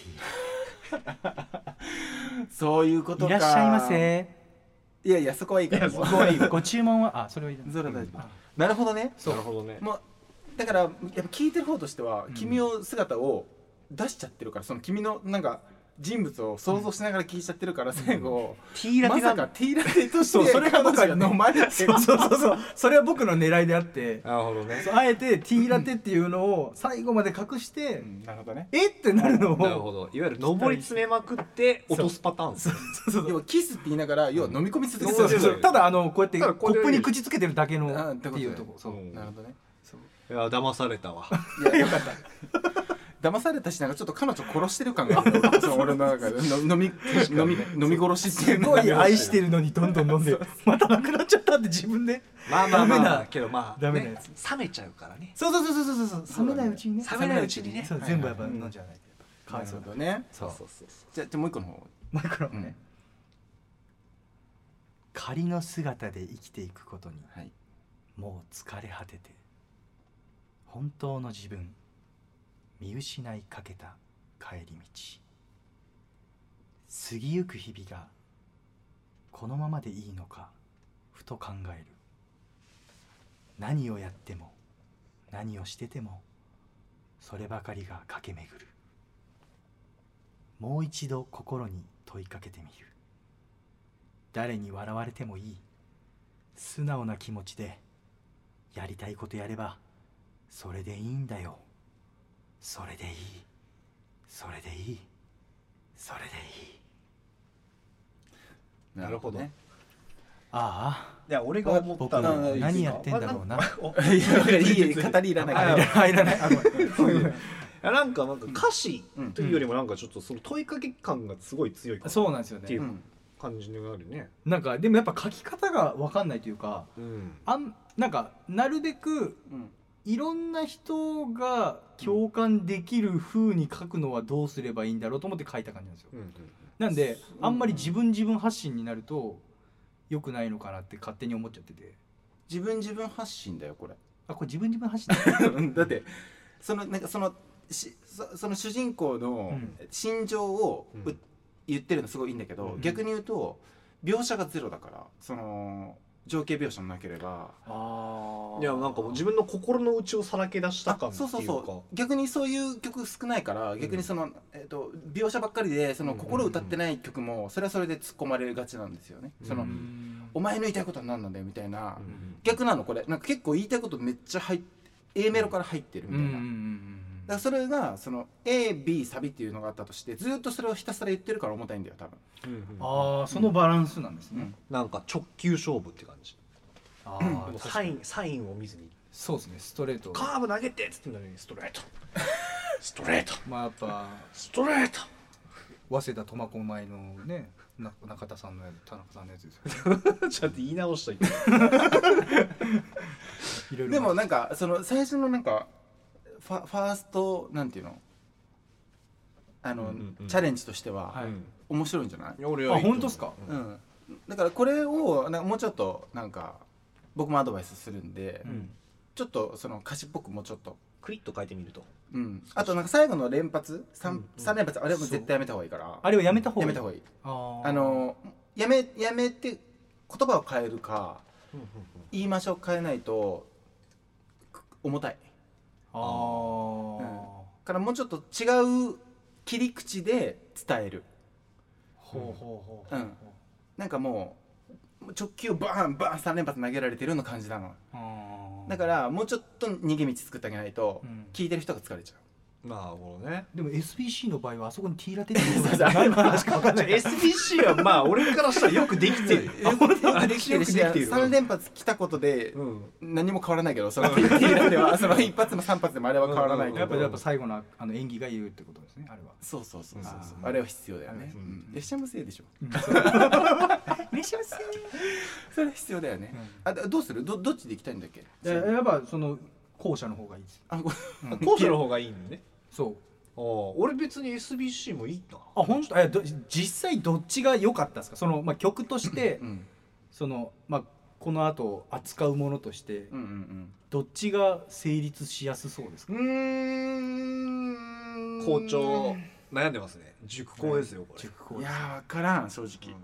Speaker 1: ィーラ
Speaker 3: そういうこと
Speaker 1: テ
Speaker 3: か
Speaker 1: いらっしゃいませ
Speaker 3: いやいやそこはいいから
Speaker 2: いや
Speaker 3: こ はいい
Speaker 1: ご注文はあそれはいい
Speaker 3: それは大丈夫
Speaker 1: あ
Speaker 3: なるほどね
Speaker 2: なるほどね
Speaker 3: もうだからやっぱ聞いてる方としては
Speaker 1: うん
Speaker 3: 君を姿を出しちゃってるからその君のなんか人物を想像しながら聞いちゃってるから最後、
Speaker 1: ティーラ
Speaker 3: ま
Speaker 1: テ
Speaker 3: さ
Speaker 1: が
Speaker 3: かティーラテとし
Speaker 1: そう
Speaker 3: て
Speaker 1: それが
Speaker 3: 彼
Speaker 1: 僕は
Speaker 3: 女が飲まれて
Speaker 1: そうそうそうそうそれは僕の狙いであって
Speaker 2: なるほどね
Speaker 1: そうあえてティーラテっていうのを最後まで隠して、
Speaker 3: うんなるほどね
Speaker 1: えってなるの
Speaker 2: なるほ
Speaker 1: を
Speaker 2: どいわゆる上り詰めまくって落とすパターン
Speaker 1: そうそうそう
Speaker 3: 要はキスって言いながら要は飲み込み続けて
Speaker 1: そう
Speaker 3: る
Speaker 1: そうそうただあのこうやって
Speaker 2: ただ
Speaker 1: コ
Speaker 2: これ
Speaker 1: ップに口つけてるだけの
Speaker 3: あ
Speaker 1: っ
Speaker 3: ーって
Speaker 1: て
Speaker 3: ことだ
Speaker 1: い
Speaker 3: よ
Speaker 1: うとこそううん
Speaker 3: なるほどね
Speaker 2: いや騙され たわ
Speaker 3: いやよかった 騙されたしなんかちょっと彼女殺してる感がある よその俺の中での飲み飲み飲み殺しって
Speaker 1: す
Speaker 3: いう
Speaker 1: ごい愛してるのにどんどん飲んでまたなくなっちゃったって自分で
Speaker 2: まあまあまあ
Speaker 1: ダメな
Speaker 2: けどまあ
Speaker 1: ダメな
Speaker 2: ね
Speaker 1: や
Speaker 2: 冷めちゃうからね
Speaker 1: そうそうそうそうそうそう冷めないうちにね
Speaker 2: 冷めないうちにね
Speaker 1: そう
Speaker 3: はい
Speaker 1: 全部やっぱ飲んじゃわないとか
Speaker 3: な
Speaker 1: わい
Speaker 3: る
Speaker 1: そ
Speaker 3: ほ
Speaker 1: うだ
Speaker 3: どね
Speaker 1: そう
Speaker 2: そうそうそ
Speaker 3: じゃあじゃあもう一個の方
Speaker 1: マイクロも
Speaker 3: う
Speaker 1: ね
Speaker 3: ん
Speaker 1: 仮の姿で生きていくことに
Speaker 3: はい
Speaker 1: もう疲れ果てて本当の自分見失いかけた帰り道過ぎゆく日々がこのままでいいのかふと考える何をやっても何をしててもそればかりが駆け巡るもう一度心に問いかけてみる誰に笑われてもいい素直な気持ちでやりたいことやればそれでいいんだよそれでいいそれでいいそれでいいう
Speaker 2: なるほどい
Speaker 3: ね
Speaker 1: あ
Speaker 2: や俺が思っ
Speaker 1: 僕
Speaker 2: たのは
Speaker 1: 何やってんだろうな
Speaker 3: いやいやいや語りいらない
Speaker 1: あ
Speaker 3: か
Speaker 1: いら
Speaker 3: ら
Speaker 1: ないいらないあごめん
Speaker 2: いやなんかなんか歌詞というよりもなんかちょっとその問いかけ感がすごい強いかな
Speaker 1: そうなんですよ
Speaker 2: ってい
Speaker 1: ね
Speaker 2: う
Speaker 3: うん
Speaker 2: 感じになるね。
Speaker 1: なんかでもやっぱ書き方が分かんないというか
Speaker 2: うん。
Speaker 1: あんなんかなるべく
Speaker 3: うん
Speaker 1: いろんな人が共感できる風に書くのはどうすればいいんだろうと思って書いた感じなんですよ
Speaker 2: うん
Speaker 1: なんで
Speaker 3: うん
Speaker 1: あんまり自分自分発信になると良くないのかなって勝手に思っちゃってて
Speaker 3: 自分自分発信だよこれ
Speaker 1: あこれ自分自分発信
Speaker 3: だってそのなんかそのしそその主人公の
Speaker 1: うん
Speaker 3: 心情をう、
Speaker 2: うん
Speaker 3: 言ってるのすごいいいんだけど、
Speaker 2: うん
Speaker 3: 逆に言うと描写がゼロだからその情景描写もなければ
Speaker 1: あ
Speaker 2: いやなんかもう自分の心の内をさらけ出した感
Speaker 3: あ
Speaker 2: って
Speaker 3: そ
Speaker 2: いううか
Speaker 3: そうそう逆にそういう曲少ないから逆にその、えっと描写ばっかりでその
Speaker 2: うんうんうん
Speaker 3: 心を歌ってない曲もそれはそれで突っ込まれがちなんですよね、その
Speaker 2: うん
Speaker 3: お前の言いたいことは何なんだよみたいな、
Speaker 2: うんうん
Speaker 3: 逆なのこれなんか結構言いたいことめっちゃ入っ A メロから入ってるみ
Speaker 1: う
Speaker 3: たいな、
Speaker 1: ん
Speaker 3: だからそれがその AB サビっていうのがあったとしてずっとそれをひたすら言ってるから重たいんだよ多分
Speaker 2: うんうん
Speaker 1: ああそのバランスなんですね、
Speaker 3: うん
Speaker 2: なんか直球勝負って感じ
Speaker 1: あ
Speaker 2: でも
Speaker 1: あ
Speaker 2: サインサインを見ずに
Speaker 1: そうですねストレート
Speaker 2: カーブ投げてっつってんのにストレート ストレート
Speaker 1: まあやっぱ
Speaker 2: ストレート
Speaker 1: 早稲田苫小牧のねな中田さんのやつ田中さんのやつですよね
Speaker 2: ちょっと言い直したいけど
Speaker 1: いろいろ
Speaker 3: でもなんかその最初のなんかファファーストなんていうのあの、
Speaker 2: うんうんうん
Speaker 3: チャレンジとしては、
Speaker 1: はい
Speaker 3: 面白いんじゃない、
Speaker 2: 俺
Speaker 1: あ本当ですか
Speaker 3: うん、だからこれをなんかもうちょっとなんか僕もアドバイスするんで、
Speaker 2: うん
Speaker 3: ちょっとその歌詞っぽくもうちょっと、
Speaker 2: クリッと書いてみると
Speaker 3: うん、あとなんか最後の連発 3,、
Speaker 2: うんうん
Speaker 3: 三連発あれも絶対やめた方がいいから
Speaker 1: あれをやめた方が
Speaker 3: や
Speaker 1: いい
Speaker 3: めた方がいい
Speaker 1: あー
Speaker 3: あのやめやめて言葉を変えるか言いましょう変えないとく重たい
Speaker 1: あ
Speaker 3: うん
Speaker 1: あ
Speaker 3: からもうちょっと違う切り口で伝える
Speaker 1: ほうほうほう
Speaker 3: うんなんかもう直球をバーンバーン3連発投げられてるような感じなの
Speaker 1: あー
Speaker 3: だからもうちょっと逃げ道作ってあげないと
Speaker 1: うん
Speaker 3: 聞いてる人が疲れちゃう
Speaker 2: まあこのね
Speaker 1: でも SBC の場合はあそこに T ラテっていうの
Speaker 3: そう
Speaker 1: が何の話か分かんない
Speaker 2: SBC はまあ俺からしたらよくできてる
Speaker 3: よくできてるし
Speaker 2: よくできてる
Speaker 3: 3連発来たことで
Speaker 2: うん
Speaker 3: 何も変わらないけどそのティーラではその一発も3発でもあれは変わらないけ
Speaker 1: やっ
Speaker 3: ど
Speaker 1: ぱやっぱ最後のあの演技が言うってことですねあれは
Speaker 3: そうそうそうそうそう
Speaker 1: あー
Speaker 3: あれは必要だよね
Speaker 1: う
Speaker 3: うん列車のせいでしょ
Speaker 1: めちゃめちゃ
Speaker 3: それは必要だよねあどうするどどっちで行きたいんだっけ
Speaker 1: やっぱその後者の方がいいです
Speaker 3: あご
Speaker 2: 後者の方がいいのね
Speaker 1: そう
Speaker 2: ああ俺別に SBC もいいな
Speaker 1: あ本当えど実際どっちが良かったですかその、まあ、曲として
Speaker 3: うん
Speaker 1: その、まあ、この後扱うものとして
Speaker 3: うんうん
Speaker 1: どっちが成立しやすそうですか
Speaker 3: うんうーん
Speaker 2: 校長悩んでますね塾校ですよこれ
Speaker 1: 塾講
Speaker 3: い
Speaker 1: 師
Speaker 3: やー分からん正直
Speaker 2: うん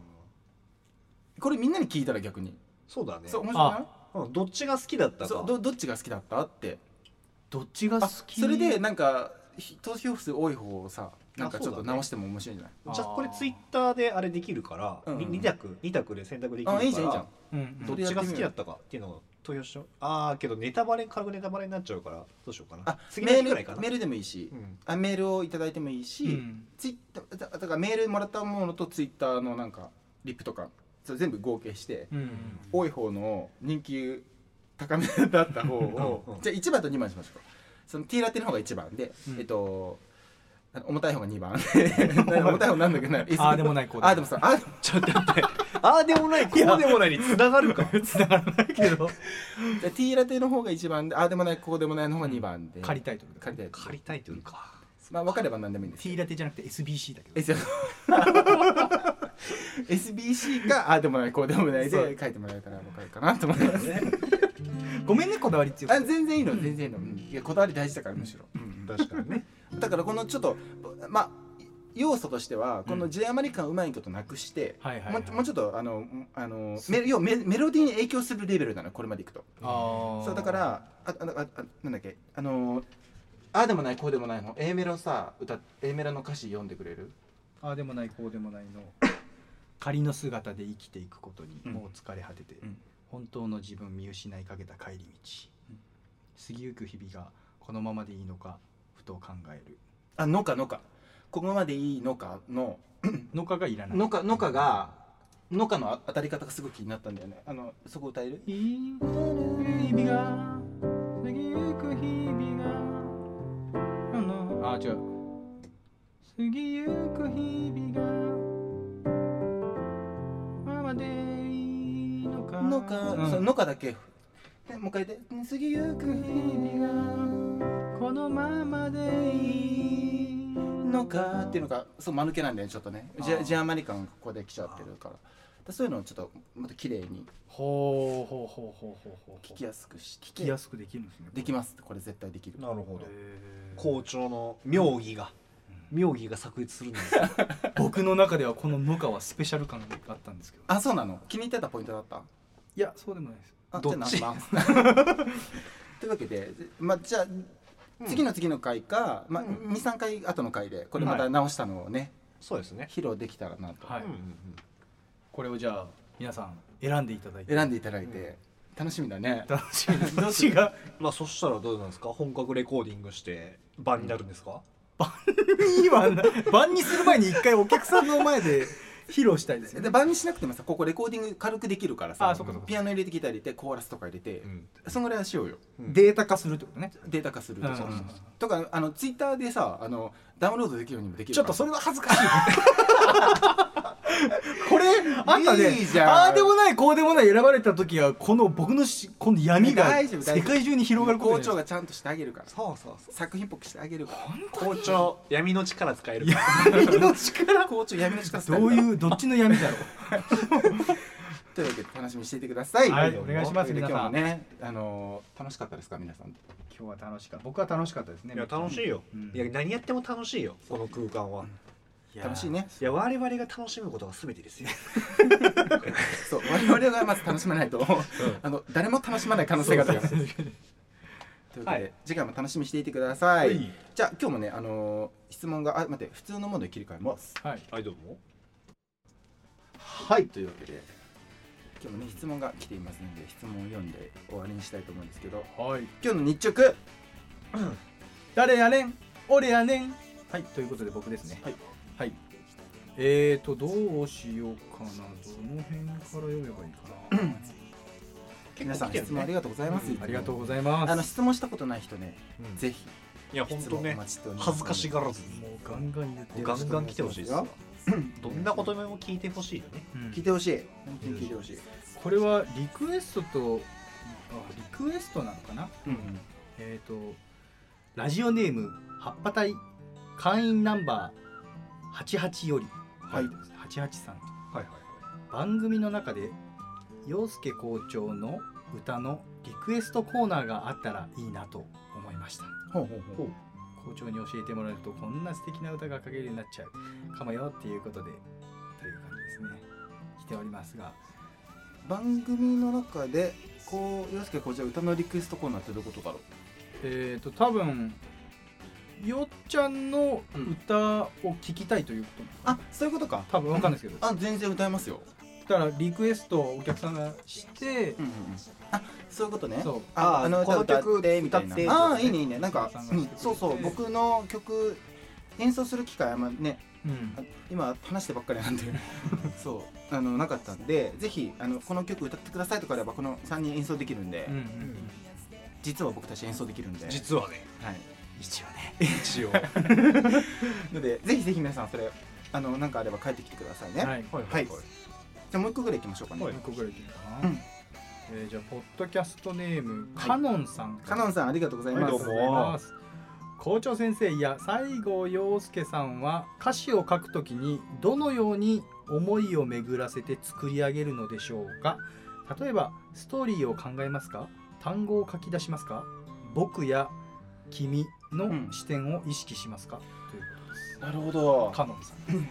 Speaker 3: これみんなに聞いたら逆に
Speaker 2: そうだね
Speaker 3: そう面白くない
Speaker 2: うんどっちが好きだったか
Speaker 3: そうどどっちが好きだったって
Speaker 1: どっちが好
Speaker 3: あ
Speaker 1: き
Speaker 3: それでなんかひ投票数多い方をさなんかちょっ
Speaker 2: そ
Speaker 3: と
Speaker 2: うだね
Speaker 3: 直しても面白いんじゃない
Speaker 2: じゃあこれツイッターであれできるから、
Speaker 3: うんうん
Speaker 2: に二択二択で選択できるから
Speaker 3: あいいじゃんいいじゃん
Speaker 1: うんう
Speaker 2: ど
Speaker 1: ん
Speaker 2: っちが好きだったかっていうのを投票しようああけどネタバレ軽くネタバレになっちゃうからどうしようかな
Speaker 3: あ
Speaker 2: 次の
Speaker 3: メ
Speaker 2: 日くらい
Speaker 3: ー
Speaker 2: か
Speaker 3: ル
Speaker 2: な
Speaker 3: メールでもいいし、
Speaker 2: うん
Speaker 3: あメールをいただいてもいいし、
Speaker 1: うん
Speaker 3: ツイッターだだからメールもらったものとツイッターのなんかリップとかそれ全部合計して、
Speaker 1: うん
Speaker 3: 多い方の人気高めだった方
Speaker 2: うんう
Speaker 3: を
Speaker 2: ん
Speaker 3: じゃあ1番と2番にしましょうかその T ラテの方が1番で、
Speaker 1: うん
Speaker 3: えっとあの重たい方が2番 重たい方なんだけどな
Speaker 1: ああでもないこうでもない
Speaker 3: あーでもさあーでも
Speaker 2: ちょっと待ってああでもないこうでもないに繋がるか
Speaker 1: つながらないけど
Speaker 3: じゃあ T ラテの方が1番でああでもないこうでもないの方が2番で、
Speaker 1: 仮タイトルだ
Speaker 3: 借りたい
Speaker 2: 借りたいというか
Speaker 3: まあ分かれば何でもいいんですけ
Speaker 1: T
Speaker 3: ど
Speaker 1: ラテじゃなくて SBC だけど
Speaker 3: S- SBC かああでもないこうでもない
Speaker 1: そう
Speaker 3: で書いてもらえたら分かるかなと思います
Speaker 1: ごめんねこだわり強
Speaker 3: あ
Speaker 1: くて
Speaker 3: 全然いいの全然いいの、うんいやこだわり大事だからむしろ、
Speaker 2: 確かにね
Speaker 3: だからこのちょっとまあ要素としてはこの J アマリカンをうまいことなくして、
Speaker 1: はいはいは
Speaker 3: もう
Speaker 1: い
Speaker 3: もうちょっとあのあのメ要はメメロディーに影響するレベルなのこれまでいくと
Speaker 1: ああ
Speaker 3: そうだからああああなんだっけあのああでもないこうでもないの A メロさ歌 A メロの歌詞読んでくれる
Speaker 1: ああでもないこうでもないの仮の姿で生きていくことに
Speaker 3: うん
Speaker 1: もう疲れ果てて、
Speaker 3: うん
Speaker 1: 本当の自分見失いかけた帰り道、
Speaker 3: うん
Speaker 1: 過ぎゆく日々がこのままでいいのかふと考える
Speaker 3: あのかのかここまでいいのかの
Speaker 1: のかがいらない
Speaker 3: のかのかがのかの当たり方がすごく気になったんだよねあのそこ歌える
Speaker 1: 生きる日々が過ぎゆく日々があのあ違う過ぎゆく日々がこのままでいいのか
Speaker 3: のか、
Speaker 1: うん
Speaker 3: そののかだけでもう一回で過ぎゆく日々が
Speaker 1: このままでいい
Speaker 3: のかっていうのがそう間抜けなんだよねちょっとねジ
Speaker 1: あー
Speaker 3: ャジャーマニカンがここで来ちゃってるからだそういうのをちょっともっと綺麗に
Speaker 1: ほうほうほうほうほうほう
Speaker 3: 聞きやすくして聞
Speaker 1: 聞きやすくできるんですね
Speaker 3: できますこれ絶対できる
Speaker 2: なるほど
Speaker 1: へー
Speaker 2: 校長の妙義が妙義が炸裂するんですよ
Speaker 1: 僕の中ではこの「のか」はスペシャル感があったんですけど
Speaker 3: あそうなの気に入ってたポイントだった
Speaker 1: いやそうでもないです
Speaker 3: あ
Speaker 1: どっち
Speaker 3: じゃあ 何番というわけで、まあ、じゃあ次の次の回か、まあ、
Speaker 2: うん
Speaker 3: 23回後の回でこれまた直したのをね、
Speaker 2: そうですね
Speaker 3: 披露できたらなと、
Speaker 1: はい、
Speaker 2: うんうんうん
Speaker 1: これをじゃあ皆さん選んでいただいて
Speaker 3: 選んでいただいて、楽しみだね
Speaker 1: 楽しみですどっちが
Speaker 2: まあそしたらどうなんですか本格レコーディングして版になるんですか、
Speaker 1: 今晩にする前に一回お客さんの前で披露したいですよ
Speaker 3: で
Speaker 1: ね
Speaker 3: 番にしなくてもさここレコーディング軽くできるからさ
Speaker 1: あそっかそっか
Speaker 3: ピアノ入れてきたりでコーラスとか入れて、
Speaker 2: うん
Speaker 3: そんぐらいはしようよ
Speaker 2: うん
Speaker 1: データ化するってことね
Speaker 3: データ化すると
Speaker 1: う
Speaker 3: か、
Speaker 1: んうんうん
Speaker 3: とかあのツイッターでさあのダウンロードできるようにもできる
Speaker 1: ちょっとそ
Speaker 3: れ
Speaker 1: れは恥ずか しいこれあんたね
Speaker 3: いいじゃん
Speaker 1: ああでもないこうでもない選ばれた時はこの僕のしこの闇が
Speaker 3: 大丈夫大丈
Speaker 1: 世
Speaker 3: 夫
Speaker 1: 界中に広がること
Speaker 3: 校
Speaker 1: にな
Speaker 3: 長
Speaker 1: る
Speaker 3: がちゃんとしてあげるから
Speaker 2: そうそうそ
Speaker 3: 作品っぽくしてあげるから
Speaker 2: う校長闇の力使えるから
Speaker 1: 闇の力
Speaker 3: 校長闇の力
Speaker 1: どう
Speaker 3: う
Speaker 1: いうどっちの闇だろう
Speaker 3: というわけで楽しみにしていてください
Speaker 1: はい
Speaker 3: どうも
Speaker 1: お願いします
Speaker 3: とうわけで
Speaker 1: 皆さん
Speaker 3: 今日もねあの楽しかったですか皆さん
Speaker 1: 今日は楽しかった僕は楽しかったですね
Speaker 2: いや楽しいよ、
Speaker 1: うん
Speaker 2: いや何やっても楽しいよこの空間は、
Speaker 1: いや
Speaker 3: 楽しいね
Speaker 2: いや我々が楽しむことが全てですよ
Speaker 3: そう我々がまず楽しまないとあの誰も楽しまない可能性があるからということで、
Speaker 2: はい
Speaker 3: 次回も楽しみにしていてください、
Speaker 2: はい
Speaker 3: じゃあ今日もねあの質問があ待って普通のものに切り替えます
Speaker 1: はい
Speaker 2: はいどうも
Speaker 3: はいというわけで今日もね質問が来ていますので質問を読んで終わりにしたいと思うんですけど
Speaker 1: はい
Speaker 3: 今日の日直
Speaker 1: 誰やねん俺やねんはいということで僕ですね
Speaker 3: はい、
Speaker 1: はい、えーとどうしようかなどの辺から読めばいいかな
Speaker 3: 皆さん
Speaker 2: 結
Speaker 3: 質
Speaker 2: 構来てるね
Speaker 3: 問ありがとうございます、
Speaker 1: ありがとうご
Speaker 3: い
Speaker 1: ざいます
Speaker 3: あの質問したことない人ね
Speaker 2: うん
Speaker 3: ぜひ
Speaker 2: いや本
Speaker 3: 質
Speaker 2: 当
Speaker 3: 問お
Speaker 2: ね
Speaker 3: 待ちしております
Speaker 2: 恥ずかしがらずに
Speaker 1: もうガンガン言って
Speaker 2: ガンガン来てほしいですよ どんなことでも聞いてほしいよね
Speaker 1: うん
Speaker 3: 聞いてほしい本当に聞いてほしい、
Speaker 1: これはリクエストとあリクエストなのかな
Speaker 3: うん
Speaker 1: えーとラジオネーム葉っぱ隊会員ナンバー88より
Speaker 3: はい
Speaker 1: 88さん
Speaker 2: はいはい
Speaker 1: 番組の中で陽介校長の歌のリクエストコーナーがあったらいいなと思いました
Speaker 3: ほうほうほう
Speaker 1: 校長に教えてもらえるとこんな素敵な歌が書けるようになっちゃうかもよっていうことでという感じですね来ておりますが
Speaker 3: 番組の中でこう洋介こうじゃ歌のリクエストコーナーってどういうことだろ
Speaker 1: えっ、と多分よっちゃんの歌を聴きたいということ、
Speaker 3: あそういうことか
Speaker 1: 多分わかんないですけどだ
Speaker 3: あ全然歌えますよ、
Speaker 1: からリクエストをお客さんがして
Speaker 3: うんうんうん、あそういうことね
Speaker 1: そう
Speaker 3: あ
Speaker 2: あ
Speaker 3: あの
Speaker 2: この
Speaker 3: 歌歌
Speaker 2: 曲
Speaker 3: ってみたいな
Speaker 2: 歌って
Speaker 3: ああいいねいいねなんか
Speaker 1: そうそう、
Speaker 3: うん、そうそう僕の曲演奏する機会あんまね
Speaker 1: うん
Speaker 3: あ今話してばっかりなんでそうあのなかったんでぜひあのこの曲歌ってくださいとかあればこの3人演奏できるんで、
Speaker 1: うんうん
Speaker 3: 実は僕たち演奏できるんで
Speaker 2: 実はね
Speaker 3: はい
Speaker 1: 一応ね
Speaker 2: 一応は
Speaker 3: のでぜひぜひ皆さんそれあのなんかあれば帰ってきてくださいね、
Speaker 1: はい
Speaker 2: い
Speaker 3: はいじゃあもう一個ぐらいいきましょうかね、
Speaker 2: はい
Speaker 1: もう一個ぐらいでいいかな、
Speaker 3: うん
Speaker 1: えーじゃあポッドキャストネーム
Speaker 3: はい
Speaker 1: カノンさん
Speaker 3: カノンさんありがとうござい
Speaker 1: あり
Speaker 3: ま
Speaker 1: が
Speaker 3: す、
Speaker 1: とう
Speaker 2: は
Speaker 1: ご
Speaker 2: ど
Speaker 1: ざいます校長先生や西郷陽介さんは歌詞を書くときにどのように思いを巡らせて作り上げるのでしょうか例えばストーリーを考えますか単語を書き出しますか僕や君の視点を意識しますか、ということです
Speaker 3: なるほど
Speaker 1: カノンさん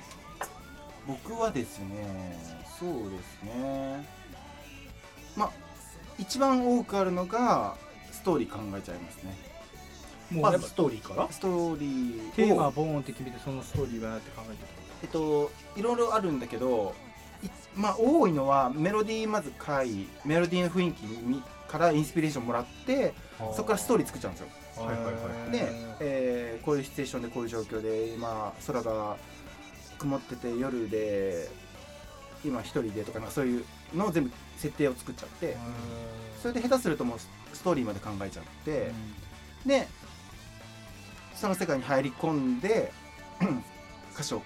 Speaker 3: 僕はですねそうですねまあ一番多くあるのがストーリー考えちゃいますね
Speaker 1: もう
Speaker 2: ま
Speaker 1: やっ
Speaker 2: ず
Speaker 1: ぱ
Speaker 2: ストーリーから
Speaker 3: ストーリーを
Speaker 1: テーマボーンって決めてそのストーリーはって考えて
Speaker 3: えっといろいろあるんだけどいまあ多いのはメロディーまず書いメロディーの雰囲気にからインスピレーションもらってそこからストーリー作っちゃうんですよ
Speaker 1: た
Speaker 2: はいはいは
Speaker 3: で、えーこういうシチュエーションでこういう状況で今空が曇ってて夜で今一人でとかなんかそういうのを全部設定を作っちゃってそれで下手するともうスストーリーまで考えちゃって、でその世界に入り込んで 歌詞を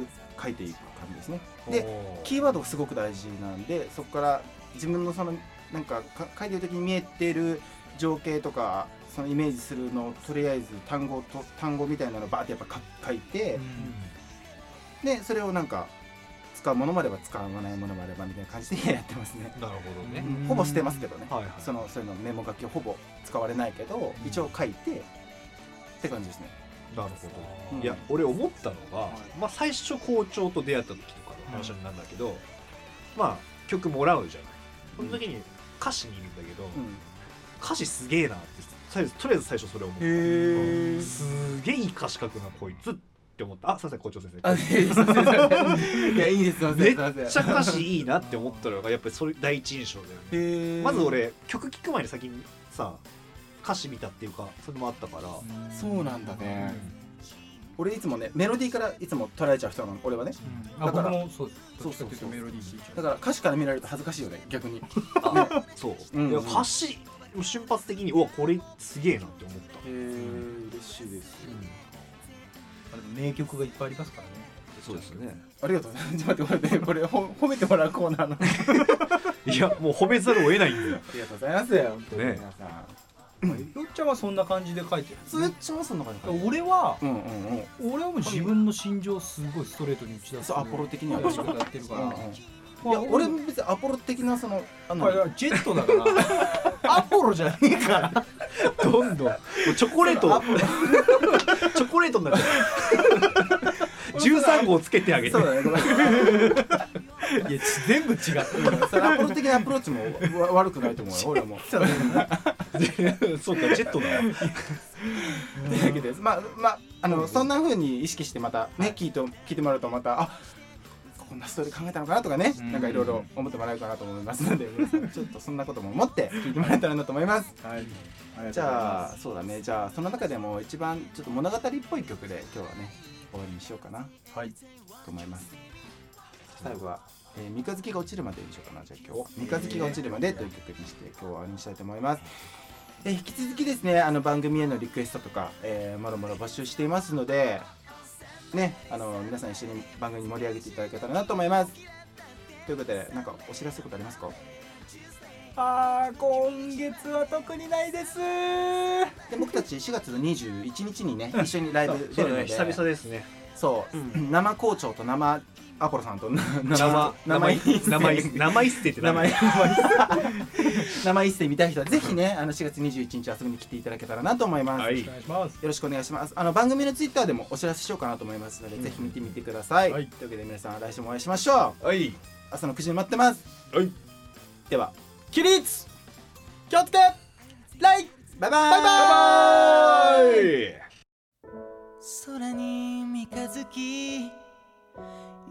Speaker 3: う書いていく感じですねでキーワードがすごく大事なんでそこから自分のそのなんかか書いてる時に見えてる情景とかそのイメージするのをとりあえず単語と単語みたいなのをバーってやっぱか書いて、でそれをなんか使うものもあれば使わないものもあればみたいな感じでやってますね、
Speaker 2: なるほどね
Speaker 1: うん
Speaker 3: ほぼ捨てますけどね、
Speaker 2: はいはい
Speaker 3: そのそういうのメモ書きをほぼ使われないけど、
Speaker 1: うん
Speaker 3: 一応書いてって感じですね
Speaker 2: なるほど
Speaker 3: うん
Speaker 2: いや俺思ったのが、
Speaker 1: はい
Speaker 2: まあ、最初校長と出会った時とかの話になるんだけど、まあ曲もらうじゃないその時に歌詞見るんだけど、歌詞すげえなってとりあえずとりあえず最初それ思った、
Speaker 3: へ
Speaker 2: う
Speaker 3: え
Speaker 2: んすげえいい歌詞書くなこいつって思ったあすいません校長先
Speaker 3: あ
Speaker 2: 生
Speaker 3: いやいやすいませ んいやいいですすいません
Speaker 2: めっ
Speaker 3: すいません
Speaker 2: ちゃ歌詞いいなって思ったのがやっぱりそれ第一印象だよね
Speaker 3: へー
Speaker 2: まず俺曲聴く前に先にさ歌詞見たっていうかそれもあったから、
Speaker 3: そうなんだね俺いつもねメロディーからいつも捉えちゃう人なの俺はね
Speaker 1: あ
Speaker 3: だから
Speaker 1: 僕もそうです
Speaker 3: そうそ
Speaker 1: どっちか
Speaker 3: うそう
Speaker 1: っていとメロディー聴いちゃう
Speaker 3: だから歌詞から見られると恥ずかしいよね逆に
Speaker 2: あそう、
Speaker 3: うん
Speaker 2: いや歌詞瞬発的にうわこれすげえなって思った、
Speaker 3: え嬉しいです
Speaker 1: あでも名曲がいっぱいありますからね
Speaker 2: そうですね
Speaker 3: ありがとうございますちょっと待って これこれほ褒めてもらうコーナーなのあ
Speaker 2: いやもう褒めざるを得ないんだよ
Speaker 3: りがとうございます本当に
Speaker 2: ね
Speaker 3: 皆さん
Speaker 1: よっちゃんはそんな感じで書いて
Speaker 3: ずっちもそんな感
Speaker 1: る俺は
Speaker 3: うんうんうん
Speaker 1: 俺はもう自分の心情をすごいストレートに打ち出す
Speaker 3: そうアポロ的には
Speaker 1: やり方やってるから、
Speaker 3: うんうん
Speaker 1: ま
Speaker 3: い
Speaker 1: あ
Speaker 3: や俺も別にアポロ的なそのあの
Speaker 1: あいやジェットだから アポロじゃねえから
Speaker 2: どんどんもうチョコレート チョコレートに なっちゃう13号つけてあげて
Speaker 3: そうだねごめん
Speaker 1: いや全部違う
Speaker 3: それアポロ的なアプローチもわ 悪くないと思うよ俺はもう
Speaker 2: そうかジェットだわ
Speaker 3: というわけです。まあまああのそんな風に意識してまたね聞いて聞いてもらうとまたあこんなストーリー考えたのかなとかね
Speaker 1: うん
Speaker 3: なんかいろいろ思ってもらえるかなと思いますので皆さ んちょっとそんなことも思って聞いてもらえたらなと思います。
Speaker 1: はい
Speaker 3: じゃあそうだねじゃあその中でも一番ちょっと物語っぽい曲で今日はね終わりにしようかな
Speaker 1: あはい
Speaker 3: と思います。最後は、えー三日月が落ちるまでにしようかなじゃあ今日三日月が落ちるまでという曲にして今日は終わりにしたいと思います。えー引き続きですねあの番組へのリクエストとか、えー、もろもろ募集していますのでねあの皆さん一緒に番組盛り上げていただけたらなと思います。ということでなんかお知らせことありますか
Speaker 1: あー今月は特にないです
Speaker 3: で僕たち4月の21日にね一緒にライブ出
Speaker 2: そうだ
Speaker 3: るの
Speaker 2: ね
Speaker 3: で
Speaker 2: 久々ですね
Speaker 3: そう、生校長と生アポロさんとな
Speaker 2: 生
Speaker 3: 生
Speaker 2: 生い生い捨てって
Speaker 3: 名
Speaker 2: なんだ
Speaker 3: 前生一世見たい人はぜひねあの4月21日遊びに来ていただけたらなと思います、
Speaker 2: は
Speaker 1: お
Speaker 2: い
Speaker 1: 願いします
Speaker 3: よろしくお願いしますあの番組のツイッターでもお知らせしようかなと思いますので、ぜひ見てみてください、
Speaker 1: はい
Speaker 3: というわけで皆さん来週もお会いしましょう
Speaker 2: はい
Speaker 3: 朝の9時に待ってます
Speaker 2: はい
Speaker 3: では起立気をつけライバイバイバイ
Speaker 2: はい
Speaker 4: 空に三日月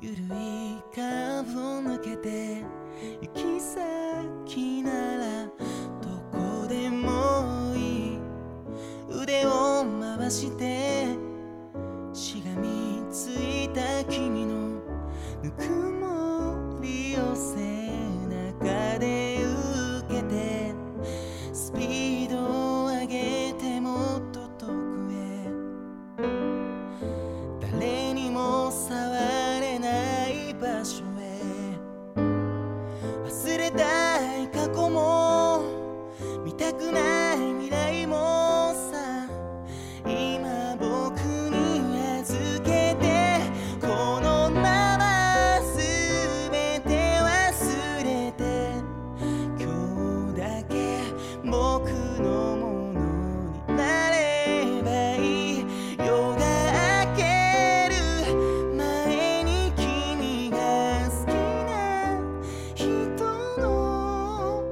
Speaker 4: ゆるいカーブを抜けて行き先ならどこでもいい腕を回してしがみついた君のぬくもりを背中で受けてスピードを上げてもっと遠くへ誰にも触れない場所へ忘れたい過去も見たくない未来もさ今僕に預けてこのまま全て忘れて今日だけ僕のものになればいい夜が明ける前に君が好きな人の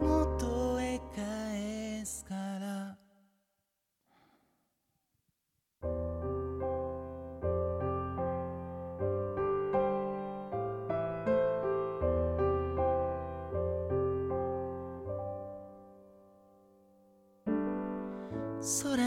Speaker 4: 元へ返すから空